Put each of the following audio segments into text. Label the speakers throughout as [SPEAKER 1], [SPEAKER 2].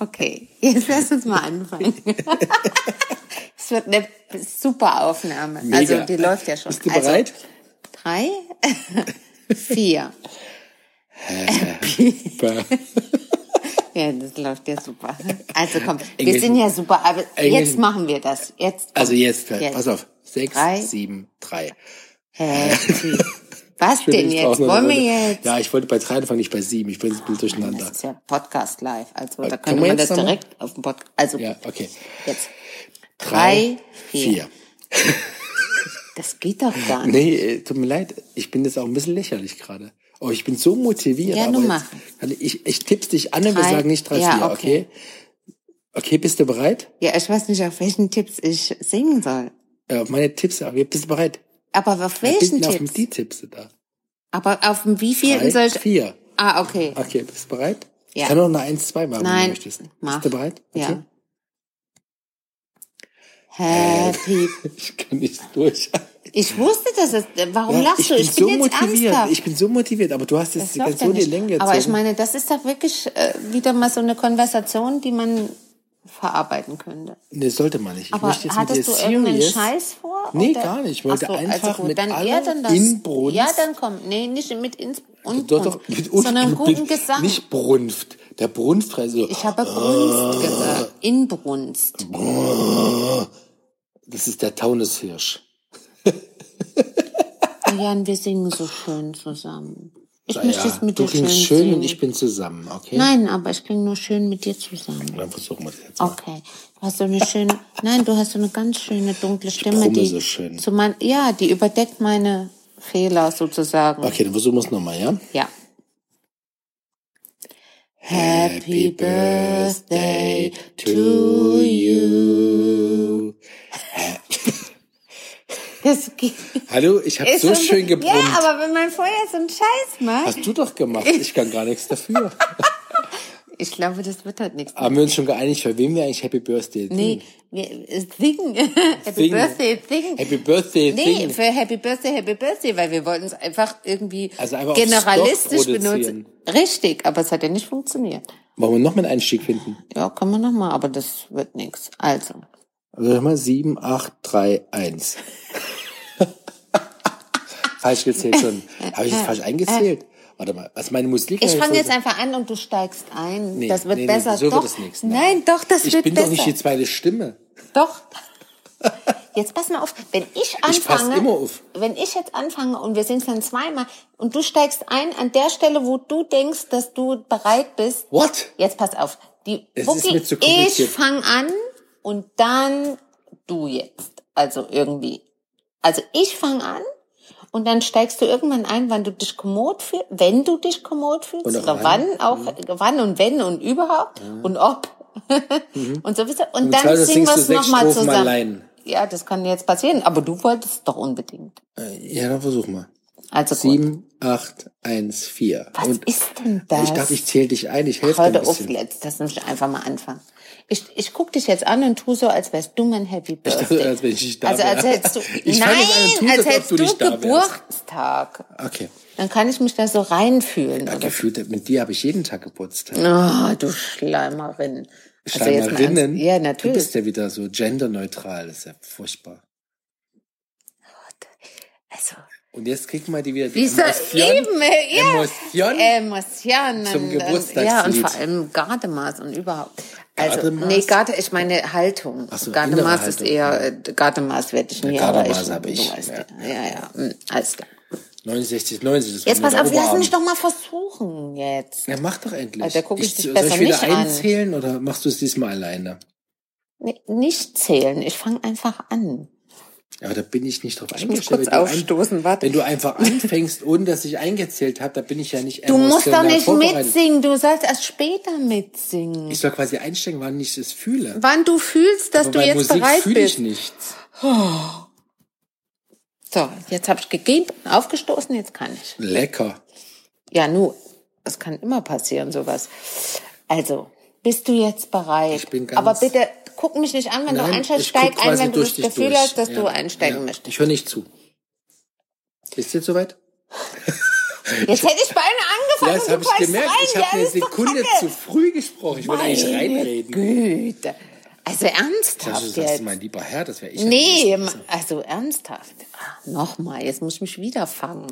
[SPEAKER 1] Okay, jetzt lass uns mal anfangen. es wird eine super Aufnahme.
[SPEAKER 2] Mega.
[SPEAKER 1] Also die läuft ja schon.
[SPEAKER 2] Bist du bereit?
[SPEAKER 1] Also, drei, vier.
[SPEAKER 2] Super.
[SPEAKER 1] Ja, das läuft ja super. Also komm, wir
[SPEAKER 2] Englisch-
[SPEAKER 1] sind ja super. Aber
[SPEAKER 2] Englisch-
[SPEAKER 1] jetzt machen wir das. Jetzt. komm.
[SPEAKER 2] Also jetzt,
[SPEAKER 1] Jetzt.
[SPEAKER 2] pass auf. Sechs,
[SPEAKER 1] Drei.
[SPEAKER 2] sieben, drei.
[SPEAKER 1] Happy. äh, Was
[SPEAKER 2] Entschuldigung,
[SPEAKER 1] denn
[SPEAKER 2] ich brauch
[SPEAKER 1] jetzt?
[SPEAKER 2] noch
[SPEAKER 1] Wollen
[SPEAKER 2] eine
[SPEAKER 1] wir
[SPEAKER 2] Runde.
[SPEAKER 1] jetzt?
[SPEAKER 2] Ja, ich wollte bei drei anfangen, nicht bei sieben. Ich bringe es ein bisschen durcheinander.
[SPEAKER 1] Das ist ja Podcast live. Also da
[SPEAKER 2] Können
[SPEAKER 1] könnte
[SPEAKER 2] wir
[SPEAKER 1] man das
[SPEAKER 2] jetzt nochmal?
[SPEAKER 1] direkt auf dem Podcast. Also
[SPEAKER 2] Ja, okay.
[SPEAKER 1] jetzt. Drei, vier.
[SPEAKER 2] Vier.
[SPEAKER 1] Das geht doch gar nicht.
[SPEAKER 2] Nee, äh, tut mir leid. Ich bin jetzt auch ein bisschen lächerlich gerade. Oh, ich bin so motiviert.
[SPEAKER 1] Ja,
[SPEAKER 2] aber
[SPEAKER 1] nun
[SPEAKER 2] jetzt-
[SPEAKER 1] machen.
[SPEAKER 2] Also ich, ich tipp's dich an und wir
[SPEAKER 1] Drei.
[SPEAKER 2] sagen nicht drei,
[SPEAKER 1] Ja,
[SPEAKER 2] vier, okay. Okay, bist du bereit?
[SPEAKER 1] Ja, ich weiß nicht, auf welchen Tipps ich singen soll.
[SPEAKER 2] Äh, auf meine Tipps, aber bist du bereit?
[SPEAKER 1] Aber auf
[SPEAKER 2] Wir
[SPEAKER 1] welchen
[SPEAKER 2] binden auf dem
[SPEAKER 1] Tipps?
[SPEAKER 2] die Tipps da.
[SPEAKER 1] Aber auf dem wievielten soll
[SPEAKER 2] Drei,
[SPEAKER 1] ich...
[SPEAKER 2] vier.
[SPEAKER 1] Ah, okay.
[SPEAKER 2] Okay, bist du bereit?
[SPEAKER 1] Ja.
[SPEAKER 2] Ich kann auch eine eins, zwei machen, Also, wenn du
[SPEAKER 1] Nein,
[SPEAKER 2] möchtest.
[SPEAKER 1] mach.
[SPEAKER 2] Bist du bereit?
[SPEAKER 1] Ja.
[SPEAKER 2] Äh.
[SPEAKER 1] Happy.
[SPEAKER 2] Ich kann nicht durch.
[SPEAKER 1] Ich wusste, dass es... Warum lachst
[SPEAKER 2] ich
[SPEAKER 1] du? Ich bin
[SPEAKER 2] bin so
[SPEAKER 1] jetzt
[SPEAKER 2] motiviert.
[SPEAKER 1] ernsthaft.
[SPEAKER 2] Ich bin so motiviert, aber du hast
[SPEAKER 1] Das
[SPEAKER 2] jetzt die
[SPEAKER 1] läuft
[SPEAKER 2] ganz
[SPEAKER 1] ja
[SPEAKER 2] so die
[SPEAKER 1] nicht.
[SPEAKER 2] Länge gezogen.
[SPEAKER 1] Aber ich meine, das ist doch wirklich äh, wieder mal so eine Konversation, die man verarbeiten könnte.
[SPEAKER 2] nee, sollte man nicht. Ich
[SPEAKER 1] Aber
[SPEAKER 2] möchte jetzt mit dir
[SPEAKER 1] hattest du irgendeinen
[SPEAKER 2] serious-
[SPEAKER 1] Scheiß vor?
[SPEAKER 2] Nee,
[SPEAKER 1] oder?
[SPEAKER 2] gar nicht. Ich wollte
[SPEAKER 1] Ach so,
[SPEAKER 2] einfach
[SPEAKER 1] also gut,
[SPEAKER 2] mit
[SPEAKER 1] dann
[SPEAKER 2] aller
[SPEAKER 1] eher dann das.
[SPEAKER 2] Inbrunst-
[SPEAKER 1] Ja, dann komm. Nee, nicht mit ins und
[SPEAKER 2] Doch, doch, mit uns-
[SPEAKER 1] sondern
[SPEAKER 2] mit-
[SPEAKER 1] guten Gesang.
[SPEAKER 2] Nicht Brunft. also, Der Brunftreis. So,
[SPEAKER 1] ich habe Brunst gesagt. Inbrunst.
[SPEAKER 2] das ist der Taunushirsch.
[SPEAKER 1] Jan, wir singen so schön zusammen. Ich
[SPEAKER 2] Na
[SPEAKER 1] möchte
[SPEAKER 2] Ah ja,
[SPEAKER 1] es mit
[SPEAKER 2] du
[SPEAKER 1] dir schön,
[SPEAKER 2] klingst schön,
[SPEAKER 1] singen.
[SPEAKER 2] und ich bin zusammen, okay?
[SPEAKER 1] Nein, aber ich klinge nur schön mit dir zusammen.
[SPEAKER 2] Dann versuchen wir es jetzt. mal.
[SPEAKER 1] Okay. Du hast so eine schöne, nein, du hast so eine ganz schöne dunkle Stimme,
[SPEAKER 2] brumme
[SPEAKER 1] die
[SPEAKER 2] so schön.
[SPEAKER 1] zu mein, ja, die überdeckt meine Fehler sozusagen.
[SPEAKER 2] Okay, dann versuchen wir es nochmal, ja?
[SPEAKER 1] Ja. Happy Birthday to
[SPEAKER 2] you.
[SPEAKER 1] das geht-
[SPEAKER 2] Hallo, ich habe
[SPEAKER 1] ist
[SPEAKER 2] so
[SPEAKER 1] ein-
[SPEAKER 2] schön gebrummt.
[SPEAKER 1] Ja, aber wenn mein Feuer so einen Scheiß macht,
[SPEAKER 2] Hast du doch gemacht. Ich kann gar nichts dafür.
[SPEAKER 1] ich glaube, das wird halt nichts.
[SPEAKER 2] Haben wir uns schon geeinigt, für wen wir eigentlich Happy Birthday
[SPEAKER 1] Nee, wir äh, singen. Happy
[SPEAKER 2] Singen.
[SPEAKER 1] Birthday, singen.
[SPEAKER 2] singen? Happy Birthday
[SPEAKER 1] Nee,
[SPEAKER 2] singen.
[SPEAKER 1] für Happy Birthday, Happy Birthday, weil wir wollten es einfach irgendwie
[SPEAKER 2] Also einfach auf
[SPEAKER 1] generalistisch
[SPEAKER 2] Stock produzieren.
[SPEAKER 1] benutzen. Richtig, aber es hat ja nicht funktioniert.
[SPEAKER 2] Wollen wir noch mal einen Einstieg finden?
[SPEAKER 1] Ja, kann man nochmal, aber das wird nix. Also,
[SPEAKER 2] Also mal 7, 8, 3, 1. falsch gezählt schon. Habe ich jetzt falsch eingezählt? Warte mal, was meine Musik
[SPEAKER 1] ich fange
[SPEAKER 2] so-
[SPEAKER 1] jetzt einfach an und du steigst ein.
[SPEAKER 2] Nee,
[SPEAKER 1] das wird
[SPEAKER 2] nee, nee,
[SPEAKER 1] besser.
[SPEAKER 2] so
[SPEAKER 1] doch,
[SPEAKER 2] wird es nichts.
[SPEAKER 1] Nein. doch, das
[SPEAKER 2] Ich
[SPEAKER 1] wird
[SPEAKER 2] bin
[SPEAKER 1] besser.
[SPEAKER 2] doch nicht die zweite Stimme.
[SPEAKER 1] Doch. Jetzt pass mal auf, wenn ich anfange,
[SPEAKER 2] pass immer auf.
[SPEAKER 1] wenn ich jetzt anfange und wir sind dann zweimal und du steigst ein an der Stelle, wo du denkst, dass du bereit bist.
[SPEAKER 2] What?
[SPEAKER 1] Jetzt pass auf, die
[SPEAKER 2] Es ist
[SPEAKER 1] Wookie,
[SPEAKER 2] mir zu
[SPEAKER 1] ich
[SPEAKER 2] kompliziert.
[SPEAKER 1] fang an und dann du jetzt, also irgendwie. Also ich fang an und dann steigst du irgendwann ein, wann du dich kommod fühlst, wenn du dich kommod fühlst
[SPEAKER 2] Und Mhm. auch
[SPEAKER 1] oder
[SPEAKER 2] wann.
[SPEAKER 1] wann auch, wann und wenn und überhaupt und ob. Und so weiter. Und
[SPEAKER 2] Mhm. Im
[SPEAKER 1] dann
[SPEAKER 2] Zweifel
[SPEAKER 1] singen
[SPEAKER 2] singst
[SPEAKER 1] wir
[SPEAKER 2] du
[SPEAKER 1] es
[SPEAKER 2] sechs
[SPEAKER 1] nochmal
[SPEAKER 2] Strophen
[SPEAKER 1] zusammen.
[SPEAKER 2] allein.
[SPEAKER 1] Ja, das kann jetzt passieren, aber du wolltest es doch unbedingt.
[SPEAKER 2] Äh, Ja, dann versuch mal.
[SPEAKER 1] Also gut.
[SPEAKER 2] 7, 8, 1, 4.
[SPEAKER 1] Was
[SPEAKER 2] Und
[SPEAKER 1] ist denn das?
[SPEAKER 2] ich dachte, ich zähle dich ein. Ich helfe dir ein
[SPEAKER 1] Heute auf
[SPEAKER 2] bisschen.
[SPEAKER 1] jetzt, das muss ich einfach mal anfangen. Ich, ich guck dich jetzt an und tu so, als wärst du mein Happy Birthday.
[SPEAKER 2] als wenn ich nicht da
[SPEAKER 1] also als
[SPEAKER 2] wäre.
[SPEAKER 1] hättest du,
[SPEAKER 2] Ich fang
[SPEAKER 1] nein,
[SPEAKER 2] jetzt an und tu
[SPEAKER 1] als
[SPEAKER 2] so, als ob
[SPEAKER 1] hättest
[SPEAKER 2] du nicht da
[SPEAKER 1] Geburtstag.
[SPEAKER 2] Okay.
[SPEAKER 1] Dann kann ich mich da so reinfühlen.
[SPEAKER 2] Ja,
[SPEAKER 1] oder?
[SPEAKER 2] Gefühlt, mit dir habe ich jeden Tag Geburtstag.
[SPEAKER 1] Ah, du Schleimerin. Also jetzt mal ernst.
[SPEAKER 2] Schleimerinnen.
[SPEAKER 1] ja,
[SPEAKER 2] Du
[SPEAKER 1] natürlich.
[SPEAKER 2] bist ja wieder so genderneutral. Das ist ja furchtbar.
[SPEAKER 1] Also,
[SPEAKER 2] Und jetzt kriegt man die wieder die
[SPEAKER 1] wie soll
[SPEAKER 2] Emotion,
[SPEAKER 1] eben, äh, ja.
[SPEAKER 2] Emotion
[SPEAKER 1] Emotionen.
[SPEAKER 2] Zum
[SPEAKER 1] und-
[SPEAKER 2] Geburtstagslied.
[SPEAKER 1] Ja, und vor allem Gardemaß und überhaupt. Also,
[SPEAKER 2] Gardemaß?
[SPEAKER 1] nee, Garde, ich meine Haltung.
[SPEAKER 2] Ach so,
[SPEAKER 1] Gardemaß
[SPEAKER 2] innere
[SPEAKER 1] ist
[SPEAKER 2] Haltung.
[SPEAKER 1] eher, äh, Gardemaß werde ich nie, aber ich,
[SPEAKER 2] Gardemaß habe ich,
[SPEAKER 1] Du weißt, ja.
[SPEAKER 2] ja.
[SPEAKER 1] ja, ja, hm, alles klar.
[SPEAKER 2] 69, 90. Das
[SPEAKER 1] Jetzt
[SPEAKER 2] war
[SPEAKER 1] pass
[SPEAKER 2] nur der
[SPEAKER 1] auf, lass
[SPEAKER 2] Oberarm.
[SPEAKER 1] mich doch mal versuchen jetzt.
[SPEAKER 2] Ja, mach doch endlich.
[SPEAKER 1] Also, da guck ich dich
[SPEAKER 2] soll
[SPEAKER 1] besser
[SPEAKER 2] ich wieder
[SPEAKER 1] nicht an.
[SPEAKER 2] einzählen oder machst du es diesmal alleine?
[SPEAKER 1] Nee, nicht zählen, ich fange einfach an.
[SPEAKER 2] Ja, aber da bin ich nicht drauf
[SPEAKER 1] Ich muss
[SPEAKER 2] eingestellt.
[SPEAKER 1] kurz
[SPEAKER 2] Wenn du ein-
[SPEAKER 1] aufstoßen, warte.
[SPEAKER 2] Wenn du einfach anfängst, ohne dass ich eingezählt habe, da bin ich ja nicht
[SPEAKER 1] Du musst doch
[SPEAKER 2] emotional
[SPEAKER 1] nicht
[SPEAKER 2] vorbereitet.
[SPEAKER 1] mitsingen, du sollst erst später mitsingen.
[SPEAKER 2] Ich soll quasi einstecken, wann ich es fühle.
[SPEAKER 1] Wann du fühlst, dass
[SPEAKER 2] Aber
[SPEAKER 1] du
[SPEAKER 2] bei
[SPEAKER 1] jetzt
[SPEAKER 2] Musik
[SPEAKER 1] bereit
[SPEAKER 2] fühle ich
[SPEAKER 1] bist.
[SPEAKER 2] nichts.
[SPEAKER 1] So, jetzt habe ich gegeben, aufgestoßen, jetzt kann ich.
[SPEAKER 2] Lecker.
[SPEAKER 1] Ja, nu, es kann immer passieren, sowas. Also, bist du jetzt bereit?
[SPEAKER 2] Ich bin ganz-
[SPEAKER 1] Aber bitte guck mich nicht an, wenn
[SPEAKER 2] Nein,
[SPEAKER 1] du einsteigst.
[SPEAKER 2] ich guck
[SPEAKER 1] Steig ein,
[SPEAKER 2] quasi
[SPEAKER 1] wenn du
[SPEAKER 2] durch
[SPEAKER 1] das
[SPEAKER 2] dich
[SPEAKER 1] Gefühl
[SPEAKER 2] durch.
[SPEAKER 1] hast, dass
[SPEAKER 2] Ja,
[SPEAKER 1] du einsteigen
[SPEAKER 2] ja.
[SPEAKER 1] möchtest.
[SPEAKER 2] Ich höre nicht zu. Ist jetzt soweit?
[SPEAKER 1] Jetzt hätte ich beinahe angefangen.
[SPEAKER 2] Das
[SPEAKER 1] und
[SPEAKER 2] habe
[SPEAKER 1] du
[SPEAKER 2] ich
[SPEAKER 1] wolltest
[SPEAKER 2] gemerkt.
[SPEAKER 1] rein.
[SPEAKER 2] Ich
[SPEAKER 1] Ja,
[SPEAKER 2] habe eine
[SPEAKER 1] das ist doch
[SPEAKER 2] Sekunde
[SPEAKER 1] Kacke.
[SPEAKER 2] zu früh gesprochen. Ich wollte eigentlich
[SPEAKER 1] Meine
[SPEAKER 2] reinreden.
[SPEAKER 1] Güte. Also
[SPEAKER 2] Das ist
[SPEAKER 1] ernsthaft
[SPEAKER 2] das ist
[SPEAKER 1] jetzt.
[SPEAKER 2] mein lieber Herr, das wäre ich.
[SPEAKER 1] Nee, ma- also ernsthaft. Ah, Nochmal, jetzt muss ich mich wieder fangen.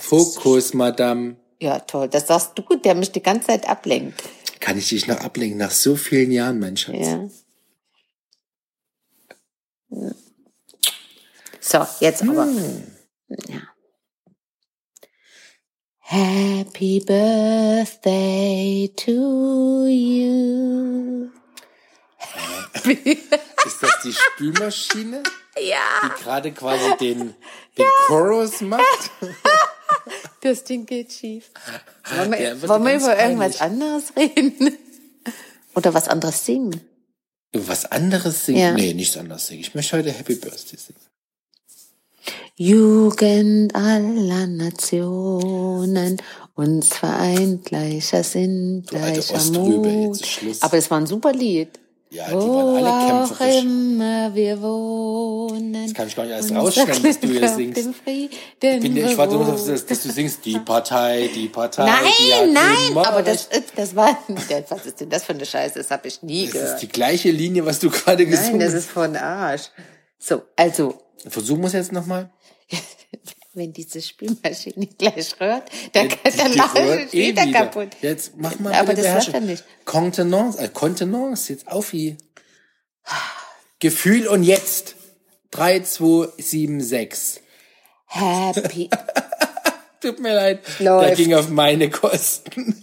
[SPEAKER 2] Fokus, Madame.
[SPEAKER 1] Ja, toll. Das sagst du, der mich die ganze Zeit ablenkt.
[SPEAKER 2] Kann ich dich noch ablenken nach so vielen Jahren, mein Schatz?
[SPEAKER 1] Ja. So, jetzt aber.
[SPEAKER 2] Hm.
[SPEAKER 1] Ja. Happy Birthday to you.
[SPEAKER 2] Ist das die Spülmaschine,
[SPEAKER 1] Ja,
[SPEAKER 2] die gerade quasi den, den Chorus macht?
[SPEAKER 1] das Ding geht schief. Wollen wir,
[SPEAKER 2] Ah, Der wird
[SPEAKER 1] wollen wir
[SPEAKER 2] ganz
[SPEAKER 1] über irgendwas
[SPEAKER 2] peinlich.
[SPEAKER 1] anderes reden? Oder was anderes singen?
[SPEAKER 2] Was anderes singen?
[SPEAKER 1] Ja.
[SPEAKER 2] Nee, nichts anderes singen. Ich möchte heute Happy Birthday singen.
[SPEAKER 1] Jugend aller Nationen, uns vereint gleicher Sinn,
[SPEAKER 2] Du alte
[SPEAKER 1] gleicher
[SPEAKER 2] Ostrübe, jetzt
[SPEAKER 1] Mut.
[SPEAKER 2] ist Schluss.
[SPEAKER 1] Aber es war ein super Lied.
[SPEAKER 2] Ja, die
[SPEAKER 1] Wo
[SPEAKER 2] waren alle
[SPEAKER 1] auch
[SPEAKER 2] kämpferisch.
[SPEAKER 1] immer wir wohnen. Das
[SPEAKER 2] kann ich gar nicht alles rausschneiden, dass du hier singst. Ich, bin, ich warte nur, dass, du- dass du singst, die Partei, die Partei. die hat
[SPEAKER 1] Nein, nein,
[SPEAKER 2] immer
[SPEAKER 1] aber das,
[SPEAKER 2] recht.
[SPEAKER 1] das war, was ist denn das für eine Scheiße? Das habe ich nie
[SPEAKER 2] Das ist
[SPEAKER 1] gehört.
[SPEAKER 2] die gleiche Linie, was du gerade
[SPEAKER 1] Nein,
[SPEAKER 2] gesungen
[SPEAKER 1] das
[SPEAKER 2] hast.
[SPEAKER 1] ist von Arsch. So, also,
[SPEAKER 2] Versuchen wir es jetzt nochmal.
[SPEAKER 1] wenn diese Spülmaschine gleich rührt, dann, dann
[SPEAKER 2] Die
[SPEAKER 1] lache
[SPEAKER 2] rührt
[SPEAKER 1] ich
[SPEAKER 2] eh
[SPEAKER 1] wieder kaputt.
[SPEAKER 2] Jetzt mach mal
[SPEAKER 1] Aber
[SPEAKER 2] bitte
[SPEAKER 1] das
[SPEAKER 2] Beherrschung.
[SPEAKER 1] läuft ja nicht.
[SPEAKER 2] Kontenance, äh, Kontenance, jetzt auf hier. Gefühl und jetzt. 3, 2, 7, 6.
[SPEAKER 1] Happy.
[SPEAKER 2] Tut mir leid,
[SPEAKER 1] Läuft.
[SPEAKER 2] der ging auf meine Kosten.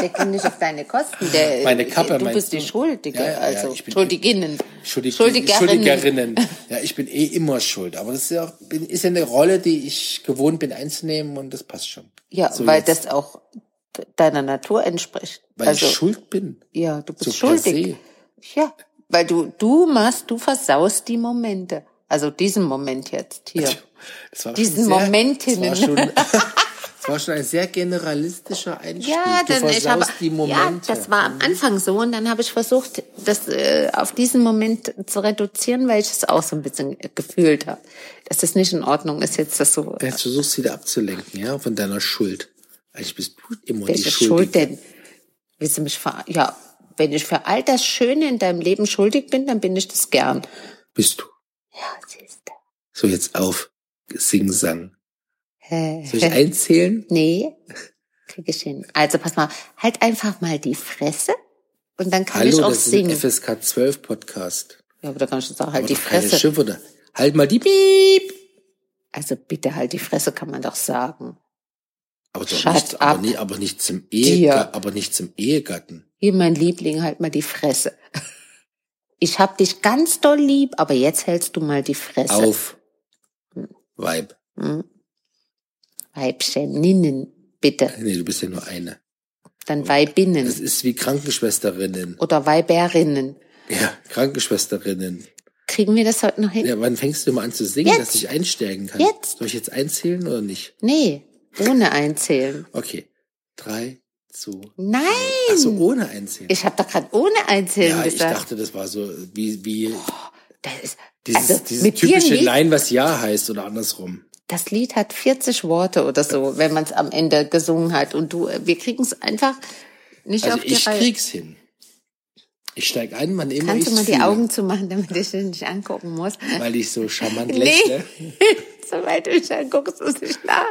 [SPEAKER 1] Der ging nicht auf deine Kosten. Der,
[SPEAKER 2] Meine Kappe,
[SPEAKER 1] Du
[SPEAKER 2] meinst
[SPEAKER 1] bist die
[SPEAKER 2] du?
[SPEAKER 1] Schuldige.
[SPEAKER 2] Ja, ja, ja,
[SPEAKER 1] also,
[SPEAKER 2] ich bin-
[SPEAKER 1] Schuldiginnen.
[SPEAKER 2] Schuldig,
[SPEAKER 1] Schuldigerinnen.
[SPEAKER 2] Schuldigerinnen. Ja, ich bin eh immer schuld. Aber das ist ja, auch, bin, ist ja eine Rolle, die ich gewohnt bin einzunehmen und das passt schon.
[SPEAKER 1] Ja,
[SPEAKER 2] So
[SPEAKER 1] weil
[SPEAKER 2] jetzt,
[SPEAKER 1] das auch deiner Natur entspricht.
[SPEAKER 2] weil
[SPEAKER 1] also,
[SPEAKER 2] ich schuld bin.
[SPEAKER 1] ja, du bist
[SPEAKER 2] so per
[SPEAKER 1] schuldig. Ja, weil du, du machst, du versaust die Momente. Also diesen Moment jetzt hier.
[SPEAKER 2] Also, Es war
[SPEAKER 1] Diesen
[SPEAKER 2] schon sehr,
[SPEAKER 1] Momentinnen.
[SPEAKER 2] Es war, schon, es war schon ein sehr generalistischer Einstieg.
[SPEAKER 1] Ja,
[SPEAKER 2] du
[SPEAKER 1] dann ich
[SPEAKER 2] versaust
[SPEAKER 1] habe,
[SPEAKER 2] die Momente.
[SPEAKER 1] ja, das war am Anfang so und dann habe ich versucht, das äh, auf diesen Moment zu reduzieren, weil ich es auch so ein bisschen gefühlt habe, dass das nicht in Ordnung ist, jetzt das so. äh,
[SPEAKER 2] Jetzt versuchst du wieder abzulenken, ja, von deiner Schuld. Eigentlich bist du immer
[SPEAKER 1] Welche
[SPEAKER 2] die
[SPEAKER 1] Schuld
[SPEAKER 2] Schuldige.
[SPEAKER 1] denn? Willst du mich ver ja, wenn ich für all das Schöne in deinem Leben schuldig bin, dann bin ich das gern.
[SPEAKER 2] Bist du.
[SPEAKER 1] Ja, siehst du.
[SPEAKER 2] So, jetzt auf. Sing, sang.
[SPEAKER 1] Hä?
[SPEAKER 2] Soll ich einzählen?
[SPEAKER 1] Nee, krieg ich hin. Also pass mal, halt einfach mal die Fresse und dann kann ich
[SPEAKER 2] Hallo,
[SPEAKER 1] auch
[SPEAKER 2] das ist ein
[SPEAKER 1] singen.
[SPEAKER 2] FSK 12 Podcast.
[SPEAKER 1] Ja, aber da kann ich schon sagen, halt
[SPEAKER 2] Aber
[SPEAKER 1] die
[SPEAKER 2] doch keine
[SPEAKER 1] Fresse.
[SPEAKER 2] Schimpfwörter. Halt mal die Piep.
[SPEAKER 1] Also bitte halt die Fresse kann man doch sagen.
[SPEAKER 2] Aber doch
[SPEAKER 1] Shut
[SPEAKER 2] nicht, aber,
[SPEAKER 1] up.
[SPEAKER 2] nie, aber nicht zum
[SPEAKER 1] Dir.
[SPEAKER 2] Ehegatten, aber nicht zum Ehegatten.
[SPEAKER 1] Hier, mein Liebling, halt mal die Fresse. Ich hab dich ganz doll lieb, aber jetzt hältst du mal die Fresse.
[SPEAKER 2] Auf. Weib.
[SPEAKER 1] Hm? Weibcheninnen, bitte.
[SPEAKER 2] Nee, du bist ja nur eine.
[SPEAKER 1] Dann Weibinnen.
[SPEAKER 2] Das ist wie Krankenschwesterinnen.
[SPEAKER 1] oder Weiberinnen.
[SPEAKER 2] Ja, Krankenschwesterinnen.
[SPEAKER 1] Kriegen wir das heute noch hin?
[SPEAKER 2] Ja, wann fängst du mal an zu singen,
[SPEAKER 1] Jetzt.
[SPEAKER 2] dass ich einsteigen kann?
[SPEAKER 1] Jetzt.
[SPEAKER 2] Soll ich jetzt einzählen oder nicht?
[SPEAKER 1] Nee, ohne einzählen.
[SPEAKER 2] Okay. Drei, zwei.
[SPEAKER 1] Nein!
[SPEAKER 2] Also ohne einzählen.
[SPEAKER 1] Ich habe doch gerade ohne einzählen
[SPEAKER 2] ja, ich
[SPEAKER 1] gesagt.
[SPEAKER 2] dachte, das war so wie, wie
[SPEAKER 1] das, ist,
[SPEAKER 2] dieses,
[SPEAKER 1] also,
[SPEAKER 2] dieses
[SPEAKER 1] mit dir
[SPEAKER 2] typische
[SPEAKER 1] nicht.
[SPEAKER 2] Nein, was Ja heißt oder andersrum.
[SPEAKER 1] das Lied hat 40 Worte oder so, wenn man es am Ende gesungen hat. Und du, äh, wir kriegen es einfach nicht
[SPEAKER 2] Also
[SPEAKER 1] auf die
[SPEAKER 2] ich
[SPEAKER 1] Reihe.
[SPEAKER 2] krieg's hin. Ich steig ein, wann immer
[SPEAKER 1] Kannst
[SPEAKER 2] ich
[SPEAKER 1] du mal die
[SPEAKER 2] fühle,
[SPEAKER 1] Augen zumachen, damit ich dich nicht angucken muss?
[SPEAKER 2] weil ich so charmant
[SPEAKER 1] Nee,
[SPEAKER 2] lächle.
[SPEAKER 1] sobald du mich anguckst, muss ich lachen.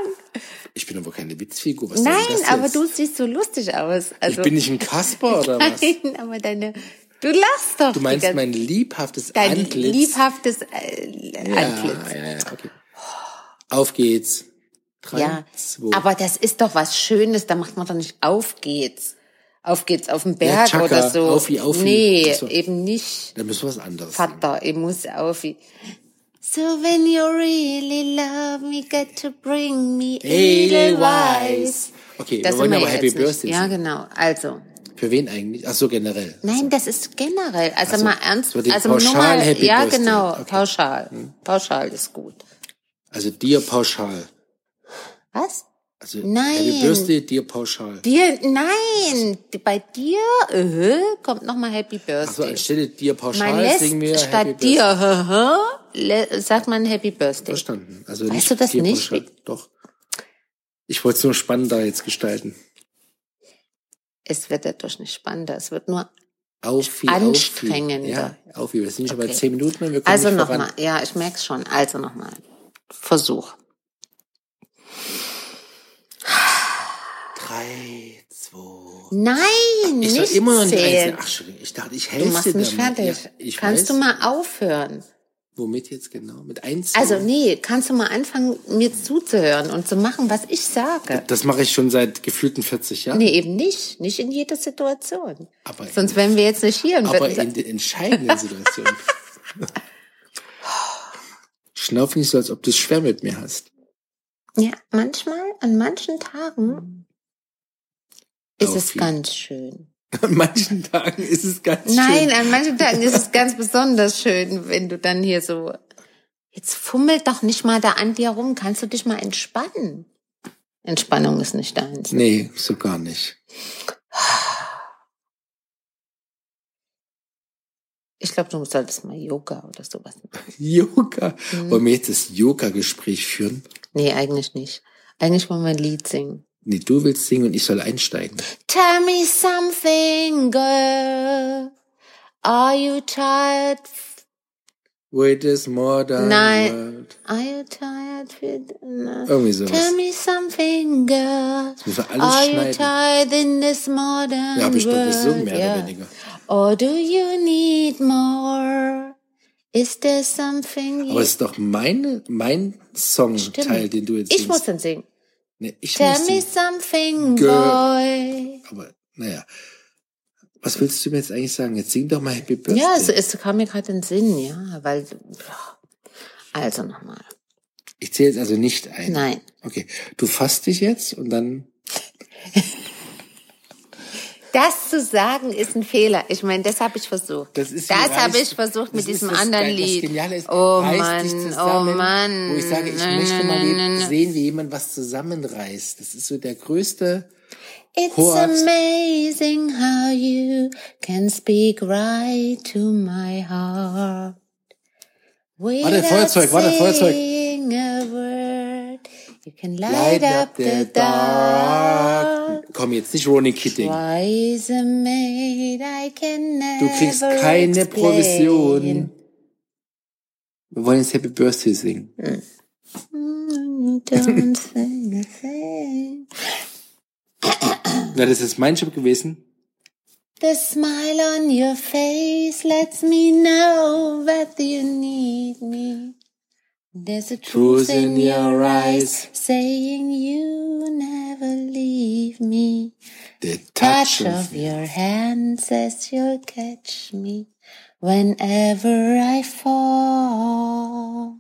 [SPEAKER 2] Ich bin aber keine Witzfigur. Was soll denn
[SPEAKER 1] Nein,
[SPEAKER 2] das
[SPEAKER 1] aber
[SPEAKER 2] jetzt?
[SPEAKER 1] du siehst so lustig aus. Also,
[SPEAKER 2] ich bin nicht ein Kasper oder was?
[SPEAKER 1] Nein, aber deine, du lachst doch.
[SPEAKER 2] Du
[SPEAKER 1] die
[SPEAKER 2] meinst
[SPEAKER 1] ganze-
[SPEAKER 2] mein liebhaftes
[SPEAKER 1] dein
[SPEAKER 2] Antlitz?
[SPEAKER 1] liebhaftes äh, Antlitz.
[SPEAKER 2] Ja, ja, ja, okay. Auf geht's. Drei,
[SPEAKER 1] Ja,
[SPEAKER 2] zwei.
[SPEAKER 1] aber das ist doch was Schönes, da macht man doch nicht auf geht's. Auf geht's auf den
[SPEAKER 2] Ja,
[SPEAKER 1] Berg
[SPEAKER 2] Chaka,
[SPEAKER 1] oder so.
[SPEAKER 2] Aufi, Aufi.
[SPEAKER 1] Nee,
[SPEAKER 2] Ach so.
[SPEAKER 1] eben nicht.
[SPEAKER 2] Dann müssen wir was anderes singen.
[SPEAKER 1] Vater, ich muss auf. So when you really love me, got to bring me Edelweiss.
[SPEAKER 2] Okay,
[SPEAKER 1] Das
[SPEAKER 2] wir wollen
[SPEAKER 1] sind
[SPEAKER 2] aber
[SPEAKER 1] ja
[SPEAKER 2] Happy
[SPEAKER 1] jetzt nicht.
[SPEAKER 2] Birthday
[SPEAKER 1] Ja,
[SPEAKER 2] singen.
[SPEAKER 1] genau. Also.
[SPEAKER 2] Für wen eigentlich? Ach so, generell.
[SPEAKER 1] Nein, das ist generell. Also
[SPEAKER 2] so.
[SPEAKER 1] mal ernst.
[SPEAKER 2] So die
[SPEAKER 1] also nur
[SPEAKER 2] pauschal
[SPEAKER 1] mal,
[SPEAKER 2] Happy
[SPEAKER 1] ja,
[SPEAKER 2] Birthday.
[SPEAKER 1] genau.
[SPEAKER 2] Okay. Hm.
[SPEAKER 1] Pauschal. Pauschal ist gut.
[SPEAKER 2] Also dir pauschal.
[SPEAKER 1] Was?
[SPEAKER 2] Also
[SPEAKER 1] Nein.
[SPEAKER 2] Happy Birthday, dir pauschal.
[SPEAKER 1] Dir, nein, bei dir äh, kommt nochmal Happy
[SPEAKER 2] Also
[SPEAKER 1] Birthday.
[SPEAKER 2] anstelle dir
[SPEAKER 1] man
[SPEAKER 2] pauschal singen wir
[SPEAKER 1] lässt
[SPEAKER 2] Happy
[SPEAKER 1] statt
[SPEAKER 2] Birthday.
[SPEAKER 1] dir, hä, hä, le- sagt man Happy Birthday.
[SPEAKER 2] Verstanden. Also
[SPEAKER 1] Weißt
[SPEAKER 2] nicht
[SPEAKER 1] du das
[SPEAKER 2] dir
[SPEAKER 1] nicht?
[SPEAKER 2] pauschal. Doch. Ich wollte es nur spannender jetzt gestalten.
[SPEAKER 1] Es wird dadurch nicht spannender, es wird nur
[SPEAKER 2] Aufi,
[SPEAKER 1] anstrengender.
[SPEAKER 2] Aufi. Ja, Aufi. Wir sind nicht okay. bei zehn Minuten mehr. Wir kommen
[SPEAKER 1] Also
[SPEAKER 2] nicht voran.
[SPEAKER 1] nochmal, ja, ich merk's schon. Also nochmal. Versuch.
[SPEAKER 2] Drei, zwei.
[SPEAKER 1] Nein,
[SPEAKER 2] Ich
[SPEAKER 1] nicht
[SPEAKER 2] sag immer noch nicht
[SPEAKER 1] zählen.
[SPEAKER 2] eins. Ach, Entschuldigung, ich dachte, ich helfe
[SPEAKER 1] Du machst
[SPEAKER 2] dir
[SPEAKER 1] mich
[SPEAKER 2] damit.
[SPEAKER 1] fertig.
[SPEAKER 2] Ja, ich
[SPEAKER 1] kannst
[SPEAKER 2] weiß.
[SPEAKER 1] du mal aufhören?
[SPEAKER 2] Womit jetzt genau? Mit eins?
[SPEAKER 1] Also
[SPEAKER 2] zählen?
[SPEAKER 1] nee, kannst du mal anfangen, mir zuzuhören und zu machen, was ich sage?
[SPEAKER 2] Das mache ich schon seit gefühlten 40 Jahren.
[SPEAKER 1] Nee, eben nicht. Nicht in jeder Situation.
[SPEAKER 2] Aber-
[SPEAKER 1] Sonst wären wir jetzt nicht hier und
[SPEAKER 2] Aber
[SPEAKER 1] würden sagen,
[SPEAKER 2] in den entscheidenden Situationen. Schnauf nicht so, als ob du es schwer mit mir hast.
[SPEAKER 1] ja, manchmal, an manchen Tagen ist es
[SPEAKER 2] Aufi.
[SPEAKER 1] ganz schön.
[SPEAKER 2] An manchen Tagen ist es ganz
[SPEAKER 1] Nein,
[SPEAKER 2] schön.
[SPEAKER 1] an manchen Tagen ist es ganz besonders schön, wenn du dann hier so, jetzt fummelt doch nicht mal da an dir rum, kannst du dich mal entspannen? Entspannung ist nicht deins.
[SPEAKER 2] Nee, so gar nicht.
[SPEAKER 1] Ich glaube, du solltest mal Yoga oder sowas machen.
[SPEAKER 2] Yoga.
[SPEAKER 1] Mhm.
[SPEAKER 2] Wollen wir jetzt das Yoga-Gespräch führen?
[SPEAKER 1] Nee, eigentlich nicht. Eigentlich wollen wir ein Lied singen.
[SPEAKER 2] Nee, du willst singen und ich soll einsteigen.
[SPEAKER 1] Tell me something, girl. Are you tired?
[SPEAKER 2] With this modern
[SPEAKER 1] Nein.
[SPEAKER 2] world.
[SPEAKER 1] Are you tired? with-
[SPEAKER 2] Irgendwie sowas.
[SPEAKER 1] Tell me something, girl.
[SPEAKER 2] Das müssen wir alles
[SPEAKER 1] Are you
[SPEAKER 2] schneiden.
[SPEAKER 1] tired in this modern
[SPEAKER 2] Ja, aber ich glaube,
[SPEAKER 1] world?
[SPEAKER 2] wir singen mehr
[SPEAKER 1] Ja.
[SPEAKER 2] oder weniger.
[SPEAKER 1] Or do you need more? Is there something
[SPEAKER 2] Aber
[SPEAKER 1] you...
[SPEAKER 2] es ist doch meine, mein
[SPEAKER 1] Stimmt.
[SPEAKER 2] Songteil, den du jetzt
[SPEAKER 1] Ich
[SPEAKER 2] singst.
[SPEAKER 1] muss dann singen.
[SPEAKER 2] nee, ich
[SPEAKER 1] Tell
[SPEAKER 2] muss
[SPEAKER 1] me
[SPEAKER 2] singen.
[SPEAKER 1] something,
[SPEAKER 2] Girl.
[SPEAKER 1] boy.
[SPEAKER 2] Aber naja. Was willst du mir jetzt eigentlich sagen? Jetzt sing doch mal Happy Birthday.
[SPEAKER 1] Ja, es, es kam mir gerade in den Sinn, ja, weil... Also nochmal.
[SPEAKER 2] ich zähle jetzt also nicht ein.
[SPEAKER 1] Nein.
[SPEAKER 2] Okay. Du fasst dich jetzt und dann.
[SPEAKER 1] Das zu sagen ist ein Fehler. Ich meine, das habe ich versucht.
[SPEAKER 2] Das ist
[SPEAKER 1] das
[SPEAKER 2] wie
[SPEAKER 1] habe
[SPEAKER 2] reißt-
[SPEAKER 1] ich versucht mit
[SPEAKER 2] das ist
[SPEAKER 1] diesem
[SPEAKER 2] das
[SPEAKER 1] anderen
[SPEAKER 2] Geil-
[SPEAKER 1] Lied.
[SPEAKER 2] Das Geniale ist,
[SPEAKER 1] oh
[SPEAKER 2] reiß
[SPEAKER 1] Mann,
[SPEAKER 2] dich
[SPEAKER 1] oh
[SPEAKER 2] zusammen,
[SPEAKER 1] Mann.
[SPEAKER 2] Wo ich sage, ich
[SPEAKER 1] Nein,
[SPEAKER 2] möchte
[SPEAKER 1] nein,
[SPEAKER 2] mal
[SPEAKER 1] nein,
[SPEAKER 2] wie-
[SPEAKER 1] nein, nein.
[SPEAKER 2] sehen, wie jemand was zusammenreißt. Das ist so der größte.
[SPEAKER 1] It's
[SPEAKER 2] Kurz.
[SPEAKER 1] amazing how you can speak right to my heart. Without
[SPEAKER 2] Feuerzeug, warte, Feuerzeug.
[SPEAKER 1] saying a word, you can light,
[SPEAKER 2] Light
[SPEAKER 1] up the dark.
[SPEAKER 2] Komm, jetzt nicht Ronnie Kidding.
[SPEAKER 1] Twice a maid, I can never
[SPEAKER 2] Du kriegst keine
[SPEAKER 1] explain.
[SPEAKER 2] Provision. Wir wollen jetzt Happy Birthday singen.
[SPEAKER 1] Mm, Don't say a thing. Mhm.
[SPEAKER 2] Wäre das jetzt mein Job gewesen?
[SPEAKER 1] The smile on your face lets me know that you need me. There's a truth, in your eyes saying you never leave me.
[SPEAKER 2] The
[SPEAKER 1] Touch of your hand says you'll catch me whenever I fall.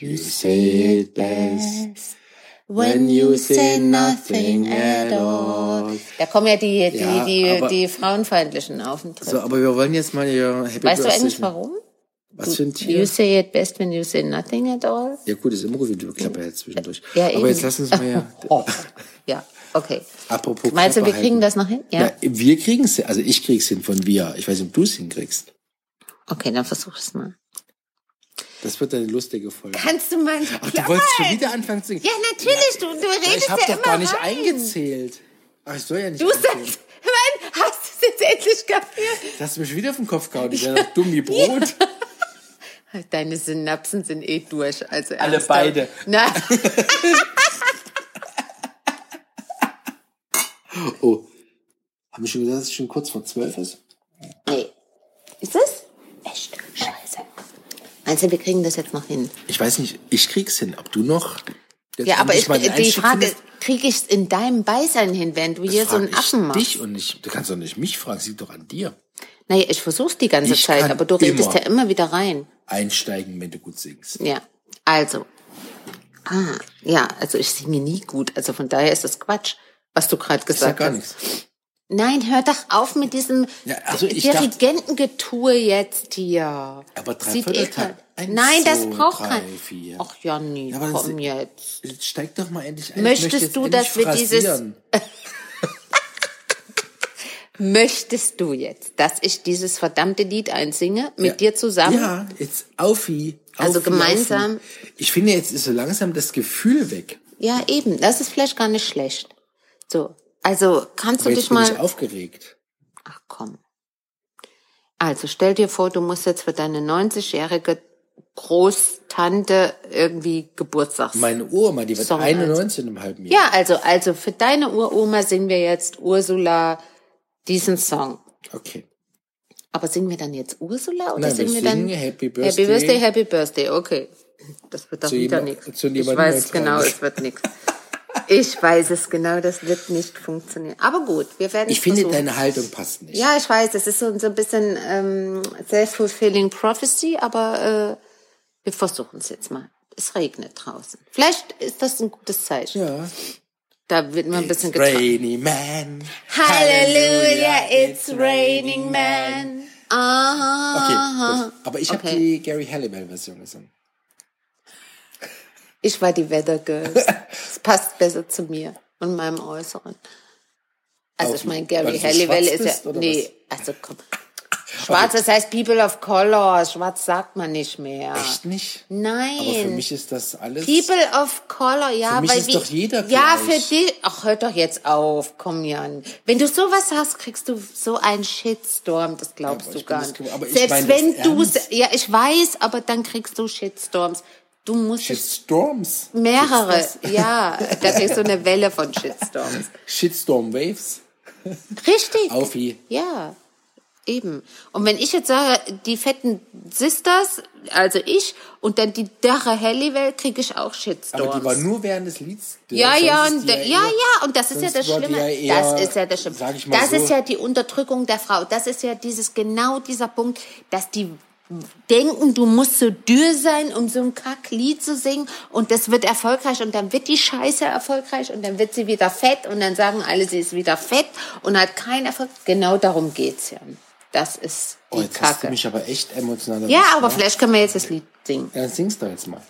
[SPEAKER 2] You say it best.
[SPEAKER 1] When you say nothing at all. Da kommen ja die, die,
[SPEAKER 2] Ja,
[SPEAKER 1] die,
[SPEAKER 2] aber-
[SPEAKER 1] die frauenfeindlichen Auftritte.
[SPEAKER 2] So, aber wir wollen jetzt mal ihr Happy
[SPEAKER 1] weißt du
[SPEAKER 2] Birthday
[SPEAKER 1] eigentlich
[SPEAKER 2] singen.
[SPEAKER 1] warum?
[SPEAKER 2] Was für ein
[SPEAKER 1] You
[SPEAKER 2] Tier?
[SPEAKER 1] say it best when you say nothing at all.
[SPEAKER 2] Ja gut, ist immer gut, wenn du Klappe hältst zwischendurch.
[SPEAKER 1] Ja,
[SPEAKER 2] aber
[SPEAKER 1] eben.
[SPEAKER 2] jetzt lass uns mal ja,
[SPEAKER 1] Ja, okay.
[SPEAKER 2] apropos
[SPEAKER 1] Meinst du,
[SPEAKER 2] Klappe
[SPEAKER 1] wir kriegen
[SPEAKER 2] halten.
[SPEAKER 1] das noch hin? Ja.
[SPEAKER 2] Ja, wir kriegen es, also ich krieg's hin von wir. Ich weiß nicht, ob du es hinkriegst.
[SPEAKER 1] Okay, dann versuch es mal.
[SPEAKER 2] Das wird eine lustige Folge.
[SPEAKER 1] Kannst du mal.
[SPEAKER 2] Ach, du wolltest schon wieder anfangen zu singen.
[SPEAKER 1] Ja, natürlich, du, du
[SPEAKER 2] Ja,
[SPEAKER 1] redest
[SPEAKER 2] ich habe
[SPEAKER 1] ja
[SPEAKER 2] doch
[SPEAKER 1] immer
[SPEAKER 2] gar nicht
[SPEAKER 1] rein.
[SPEAKER 2] eingezählt. Ach, ich soll ja nicht
[SPEAKER 1] Du
[SPEAKER 2] eingezählt.
[SPEAKER 1] sagst, Mann, hast du es jetzt endlich kapiert?
[SPEAKER 2] Das hast du mich wieder auf den Kopf gehauen. Ich wäre doch dumm wie Brot.
[SPEAKER 1] Deine Synapsen sind eh durch. Also
[SPEAKER 2] Alle
[SPEAKER 1] ernsthaft.
[SPEAKER 2] beide.
[SPEAKER 1] Nein.
[SPEAKER 2] Oh. Haben wir schon gesagt, dass es schon kurz vor zwölf ist?
[SPEAKER 1] Nee. Ist es? Echt? Scheiße. Meinst du, wir kriegen das jetzt noch hin?
[SPEAKER 2] Ich weiß nicht, ich krieg's hin. Ob du noch. jetzt
[SPEAKER 1] Ja, aber
[SPEAKER 2] endlich
[SPEAKER 1] ich,
[SPEAKER 2] mal den
[SPEAKER 1] die
[SPEAKER 2] Einstieg
[SPEAKER 1] Frage,
[SPEAKER 2] findest?
[SPEAKER 1] kriege ich es in deinem Beisein hin, während du hier so
[SPEAKER 2] Frag
[SPEAKER 1] einen Affen
[SPEAKER 2] ich
[SPEAKER 1] machst?
[SPEAKER 2] dich und nicht. Du kannst doch nicht mich fragen, sieht doch an dir.
[SPEAKER 1] Naja, ich versuch's die ganze
[SPEAKER 2] Ich
[SPEAKER 1] Zeit,
[SPEAKER 2] kann
[SPEAKER 1] aber du redest
[SPEAKER 2] immer.
[SPEAKER 1] ja immer wieder rein.
[SPEAKER 2] Einsteigen, wenn du gut singst.
[SPEAKER 1] Ja, also. Ah, ja, also ich singe nie gut, also von daher ist das Quatsch, was du gerade
[SPEAKER 2] Ich sag
[SPEAKER 1] gesagt
[SPEAKER 2] gar
[SPEAKER 1] hast.
[SPEAKER 2] nichts.
[SPEAKER 1] Nein, hör doch auf mit diesem
[SPEAKER 2] Ja, also ich
[SPEAKER 1] Dirigentengetue jetzt hier.
[SPEAKER 2] Aber drei
[SPEAKER 1] Sieht
[SPEAKER 2] Vierteltakt.
[SPEAKER 1] ekel-
[SPEAKER 2] Eins,
[SPEAKER 1] Nein, das
[SPEAKER 2] zwei,
[SPEAKER 1] braucht
[SPEAKER 2] drei,
[SPEAKER 1] kein.
[SPEAKER 2] vier.
[SPEAKER 1] Ach Janni,
[SPEAKER 2] Ja, aber das-
[SPEAKER 1] komm jetzt.
[SPEAKER 2] Jetzt Steig doch mal endlich ein.
[SPEAKER 1] Möchtest
[SPEAKER 2] ich möchte jetzt
[SPEAKER 1] du,
[SPEAKER 2] endlich
[SPEAKER 1] dass wir dieses-
[SPEAKER 2] phrasieren.
[SPEAKER 1] Möchtest du jetzt, dass ich dieses verdammte Lied einsinge mit dir zusammen?
[SPEAKER 2] Ja, jetzt Aufi. Aufi
[SPEAKER 1] Also gemeinsam.
[SPEAKER 2] Aufi. Ich finde, jetzt ist so langsam das Gefühl weg.
[SPEAKER 1] Ja, eben. Das ist vielleicht gar nicht schlecht. So. Also, kannst du
[SPEAKER 2] Aber jetzt
[SPEAKER 1] dich
[SPEAKER 2] bin
[SPEAKER 1] mal.
[SPEAKER 2] ich aufgeregt.
[SPEAKER 1] Ach komm. Also stell dir vor, du musst jetzt für deine 90-jährige Großtante irgendwie Geburtstags.
[SPEAKER 2] Meine Oma, die wird
[SPEAKER 1] Song,
[SPEAKER 2] 91 im halben Jahr.
[SPEAKER 1] ja, also, also für deine Uroma singen wir jetzt Ursula diesen Song.
[SPEAKER 2] Okay.
[SPEAKER 1] Aber singen wir dann jetzt Ursula oder
[SPEAKER 2] Nein, wir
[SPEAKER 1] singen wir
[SPEAKER 2] singen
[SPEAKER 1] dann
[SPEAKER 2] Happy
[SPEAKER 1] Happy
[SPEAKER 2] Birthday.
[SPEAKER 1] Birthday, Happy Birthday, okay. Das wird doch
[SPEAKER 2] Zu
[SPEAKER 1] wieder
[SPEAKER 2] jemand-
[SPEAKER 1] nichts.
[SPEAKER 2] zu
[SPEAKER 1] Ich
[SPEAKER 2] jemandem
[SPEAKER 1] weiß
[SPEAKER 2] neutralen.
[SPEAKER 1] genau, es wird nichts. Ich weiß es genau, das wird nicht funktionieren. Aber gut, wir werden
[SPEAKER 2] Ich
[SPEAKER 1] es
[SPEAKER 2] finde,
[SPEAKER 1] versuchen.
[SPEAKER 2] deine Haltung passt nicht.
[SPEAKER 1] Ja, ich weiß, es ist so, so ein bisschen ähm, self-fulfilling prophecy, aber äh, wir versuchen es jetzt mal. Es regnet draußen. Vielleicht ist das ein gutes Zeichen.
[SPEAKER 2] Ja.
[SPEAKER 1] Da wird man ein bisschen
[SPEAKER 2] It's
[SPEAKER 1] getragen.
[SPEAKER 2] rainy man.
[SPEAKER 1] Hallelujah, it's raining man.
[SPEAKER 2] Okay,
[SPEAKER 1] Aha.
[SPEAKER 2] gut. Aber ich habe
[SPEAKER 1] uh-huh. Okay.
[SPEAKER 2] die Gary Halliwell-Version gesungen.
[SPEAKER 1] Ich war die Weather Girl. Es passt besser zu mir und meinem Äußeren. Also
[SPEAKER 2] Auch
[SPEAKER 1] ich meine,
[SPEAKER 2] weil
[SPEAKER 1] Gary
[SPEAKER 2] du so
[SPEAKER 1] Halliwell
[SPEAKER 2] schwarz
[SPEAKER 1] ist ja...
[SPEAKER 2] bist, oder
[SPEAKER 1] nee, also komm. Schwarz, das heißt People of Color. Schwarz sagt man nicht mehr.
[SPEAKER 2] Echt nicht?
[SPEAKER 1] Nein.
[SPEAKER 2] Aber für mich ist das alles.
[SPEAKER 1] People of Color, ja,
[SPEAKER 2] Für mich
[SPEAKER 1] weil
[SPEAKER 2] ist
[SPEAKER 1] wie,
[SPEAKER 2] doch jeder
[SPEAKER 1] Ja, für
[SPEAKER 2] gleich.
[SPEAKER 1] dich. Ach, hör doch jetzt auf, komm Jan. Wenn du sowas hast, kriegst du so einen Shitstorm, das glaubst
[SPEAKER 2] aber
[SPEAKER 1] du
[SPEAKER 2] ich bin
[SPEAKER 1] gar
[SPEAKER 2] das
[SPEAKER 1] nicht.
[SPEAKER 2] gew- aber ich
[SPEAKER 1] Selbst
[SPEAKER 2] meine
[SPEAKER 1] wenn
[SPEAKER 2] das
[SPEAKER 1] du
[SPEAKER 2] ernst.
[SPEAKER 1] ja, ich weiß, aber dann kriegst du Shitstorms. Du musst
[SPEAKER 2] Shitstorms.
[SPEAKER 1] mehrere, ja, da kriegst du eine Welle von Shitstorms.
[SPEAKER 2] Shitstorm Waves.
[SPEAKER 1] Richtig.
[SPEAKER 2] Aufi.
[SPEAKER 1] Ja, eben. Und wenn ich jetzt sage, die fetten Sisters, also ich, und dann die Dache Halliwell, kriege ich auch Shitstorms.
[SPEAKER 2] Aber die war nur während des Lieds.
[SPEAKER 1] ja,
[SPEAKER 2] Sonst
[SPEAKER 1] ja,
[SPEAKER 2] ist
[SPEAKER 1] und,
[SPEAKER 2] die
[SPEAKER 1] ja, ja, und das ist ja
[SPEAKER 2] sonst
[SPEAKER 1] das
[SPEAKER 2] war die
[SPEAKER 1] Schlimme.
[SPEAKER 2] ja eher,
[SPEAKER 1] das ist ja das Schlimme.
[SPEAKER 2] sag ich mal
[SPEAKER 1] das
[SPEAKER 2] so-
[SPEAKER 1] ist ja die Unterdrückung der Frau. Das ist ja dieses, genau dieser Punkt, dass die denken, du musst so dürr sein, um so ein Kacklied zu singen und das wird erfolgreich und dann wird die Scheiße erfolgreich und dann wird sie wieder fett und dann sagen alle, sie ist wieder fett und hat keinen Erfolg. Genau darum geht's ja. Das ist die
[SPEAKER 2] Oh, jetzt hast du
[SPEAKER 1] Kacke.
[SPEAKER 2] mich aber echt emotional.
[SPEAKER 1] Ja,
[SPEAKER 2] erwischt,
[SPEAKER 1] aber
[SPEAKER 2] ne?
[SPEAKER 1] vielleicht können wir jetzt das Lied singen.
[SPEAKER 2] Ja, dann singst du jetzt mal.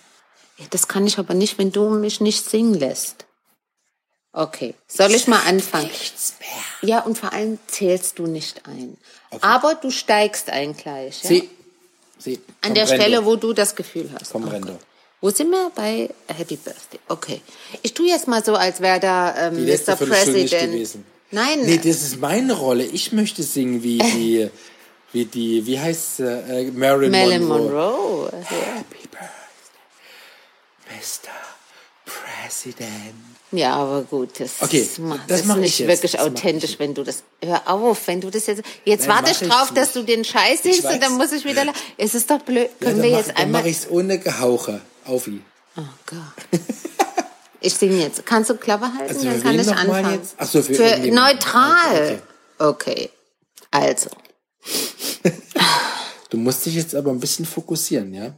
[SPEAKER 1] Ja, Das kann ich aber nicht, wenn du mich nicht singen lässt. Okay, soll ich mal anfangen? Ja, und vor allem zählst du nicht ein. Aber du steigst ein gleich. Ja?
[SPEAKER 2] Sie. Sie.
[SPEAKER 1] An der
[SPEAKER 2] Comprendo.
[SPEAKER 1] Stelle, wo du das Gefühl hast.
[SPEAKER 2] Comprendo.
[SPEAKER 1] Okay. Wo sind wir? Bei Happy Birthday. Okay. Ich tu jetzt mal so, als wäre da ähm,
[SPEAKER 2] Die letzte
[SPEAKER 1] Mr.
[SPEAKER 2] Viertelstunde ist
[SPEAKER 1] President.
[SPEAKER 2] gewesen.
[SPEAKER 1] Nein,
[SPEAKER 2] Nee, das ist meine Rolle. Ich möchte singen wie die, wie die, wie heißt sie? Äh, Marilyn,
[SPEAKER 1] Marilyn
[SPEAKER 2] Monroe.
[SPEAKER 1] Monroe.
[SPEAKER 2] Happy Birthday, Mr. President.
[SPEAKER 1] Ja, aber gut, das,
[SPEAKER 2] Okay,
[SPEAKER 1] ist- ma-
[SPEAKER 2] das
[SPEAKER 1] ist
[SPEAKER 2] mach ich
[SPEAKER 1] nicht
[SPEAKER 2] jetzt.
[SPEAKER 1] wirklich
[SPEAKER 2] Das mach
[SPEAKER 1] authentisch, wenn du das. Hör auf, wenn du das jetzt. Jetzt
[SPEAKER 2] Nein,
[SPEAKER 1] warte
[SPEAKER 2] mach
[SPEAKER 1] ich
[SPEAKER 2] ich
[SPEAKER 1] drauf, dass
[SPEAKER 2] nicht.
[SPEAKER 1] du den Scheiß
[SPEAKER 2] Ich
[SPEAKER 1] singst und dann
[SPEAKER 2] weiß.
[SPEAKER 1] muss ich wieder. la- Es ist doch blöd.
[SPEAKER 2] Ja,
[SPEAKER 1] Können
[SPEAKER 2] dann
[SPEAKER 1] wir
[SPEAKER 2] mach-
[SPEAKER 1] jetzt
[SPEAKER 2] dann
[SPEAKER 1] einmal.
[SPEAKER 2] mache ich es ohne Gehauche. Auf ihn.
[SPEAKER 1] Oh Gott. Ich singe jetzt. Kannst du Klappe halten?
[SPEAKER 2] Also
[SPEAKER 1] dann
[SPEAKER 2] für
[SPEAKER 1] kann
[SPEAKER 2] wen
[SPEAKER 1] ich
[SPEAKER 2] noch mal
[SPEAKER 1] anfangen.
[SPEAKER 2] jetzt? Ach so, für
[SPEAKER 1] für
[SPEAKER 2] irgendjemanden. Ah,
[SPEAKER 1] neutral. Okay. Also.
[SPEAKER 2] Du musst dich jetzt aber ein bisschen fokussieren, ja?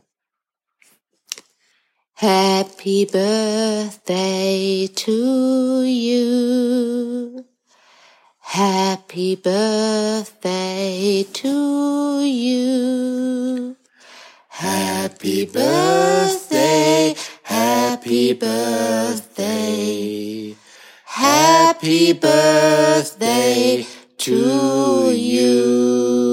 [SPEAKER 1] Happy birthday to you. Happy birthday to you. Happy birthday, happy birthday, happy birthday to you.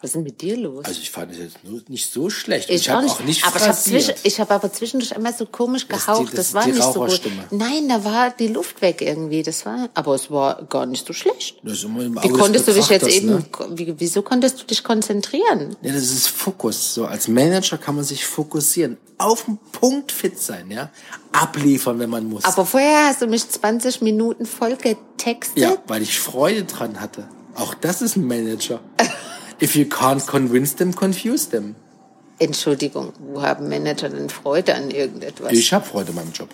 [SPEAKER 1] Was ist denn mit dir los?
[SPEAKER 2] Also ich fand es jetzt nur- nicht so schlecht.
[SPEAKER 1] Ich,
[SPEAKER 2] Ich, habe
[SPEAKER 1] nicht,
[SPEAKER 2] auch nicht
[SPEAKER 1] aber ich habe
[SPEAKER 2] frasiert.
[SPEAKER 1] zwischen, ich hab aber zwischendurch immer so komisch
[SPEAKER 2] ist die-
[SPEAKER 1] gehaucht.
[SPEAKER 2] das
[SPEAKER 1] Das,
[SPEAKER 2] ist
[SPEAKER 1] war
[SPEAKER 2] die
[SPEAKER 1] nicht so gut.
[SPEAKER 2] Raucherstimme.
[SPEAKER 1] Nein, da war die Luft weg irgendwie. Das war, aber es war gar nicht so schlecht.
[SPEAKER 2] Das ist immer im
[SPEAKER 1] Wie
[SPEAKER 2] Auge des
[SPEAKER 1] konntest du dich jetzt
[SPEAKER 2] Betrachters,
[SPEAKER 1] eben,
[SPEAKER 2] Ne?
[SPEAKER 1] wie, wieso konntest du dich konzentrieren?
[SPEAKER 2] Ja, das ist Fokus. So als Manager kann man sich fokussieren, auf den Punkt fit sein, ja, abliefern, wenn man muss.
[SPEAKER 1] Aber vorher hast du mich 20 Minuten voll getextet.
[SPEAKER 2] ja, weil ich Freude dran hatte. Auch das ist ein Manager. If you can't convince them, confuse them.
[SPEAKER 1] Entschuldigung, wo haben Manager denn Freude an irgendetwas?
[SPEAKER 2] Ich habe Freude in meinem Job.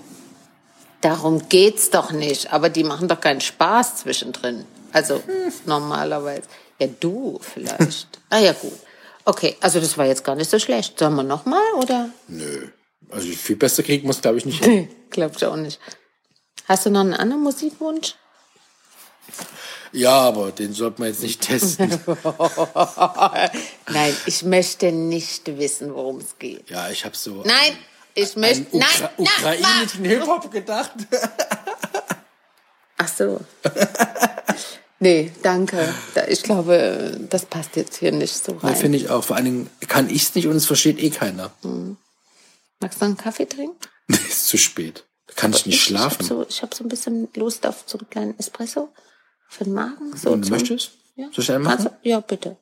[SPEAKER 1] Darum geht's doch nicht. Aber die machen doch keinen Spaß zwischendrin. Also normalerweise. Ja, du vielleicht. ah ja, gut. Okay, also das war jetzt gar nicht so schlecht. Sollen wir nochmal oder?
[SPEAKER 2] Nö. Also viel besser kriegen muss, glaube ich, nicht. hin.
[SPEAKER 1] Glaub ich auch nicht. Hast du noch einen anderen Musikwunsch?
[SPEAKER 2] ja, aber den sollte man jetzt nicht testen.
[SPEAKER 1] Nein, ich möchte nicht wissen, worum es geht.
[SPEAKER 2] Ja, ich habe so
[SPEAKER 1] Nein, ich möchte.
[SPEAKER 2] an
[SPEAKER 1] Nein,
[SPEAKER 2] Ukra
[SPEAKER 1] nein, nein.
[SPEAKER 2] ukrainischen Hip-Hop gedacht.
[SPEAKER 1] Ach so. Nee, danke. Da- Ich glaube, das passt jetzt hier nicht so
[SPEAKER 2] Ja,
[SPEAKER 1] rein.
[SPEAKER 2] Finde ich auch. Vor allen Dingen kann ich es nicht und es versteht eh keiner.
[SPEAKER 1] Magst du noch einen Kaffee trinken?
[SPEAKER 2] Nee, ist zu spät. Kann ich nicht
[SPEAKER 1] Ich habe
[SPEAKER 2] schlafen.
[SPEAKER 1] so, ich hab so ein bisschen Lust auf so einen kleinen Espresso für den Magen. So
[SPEAKER 2] Und du
[SPEAKER 1] zum-
[SPEAKER 2] möchtest?
[SPEAKER 1] Ja.
[SPEAKER 2] Soll ich einen machen?
[SPEAKER 1] Kannst du- ja, bitte.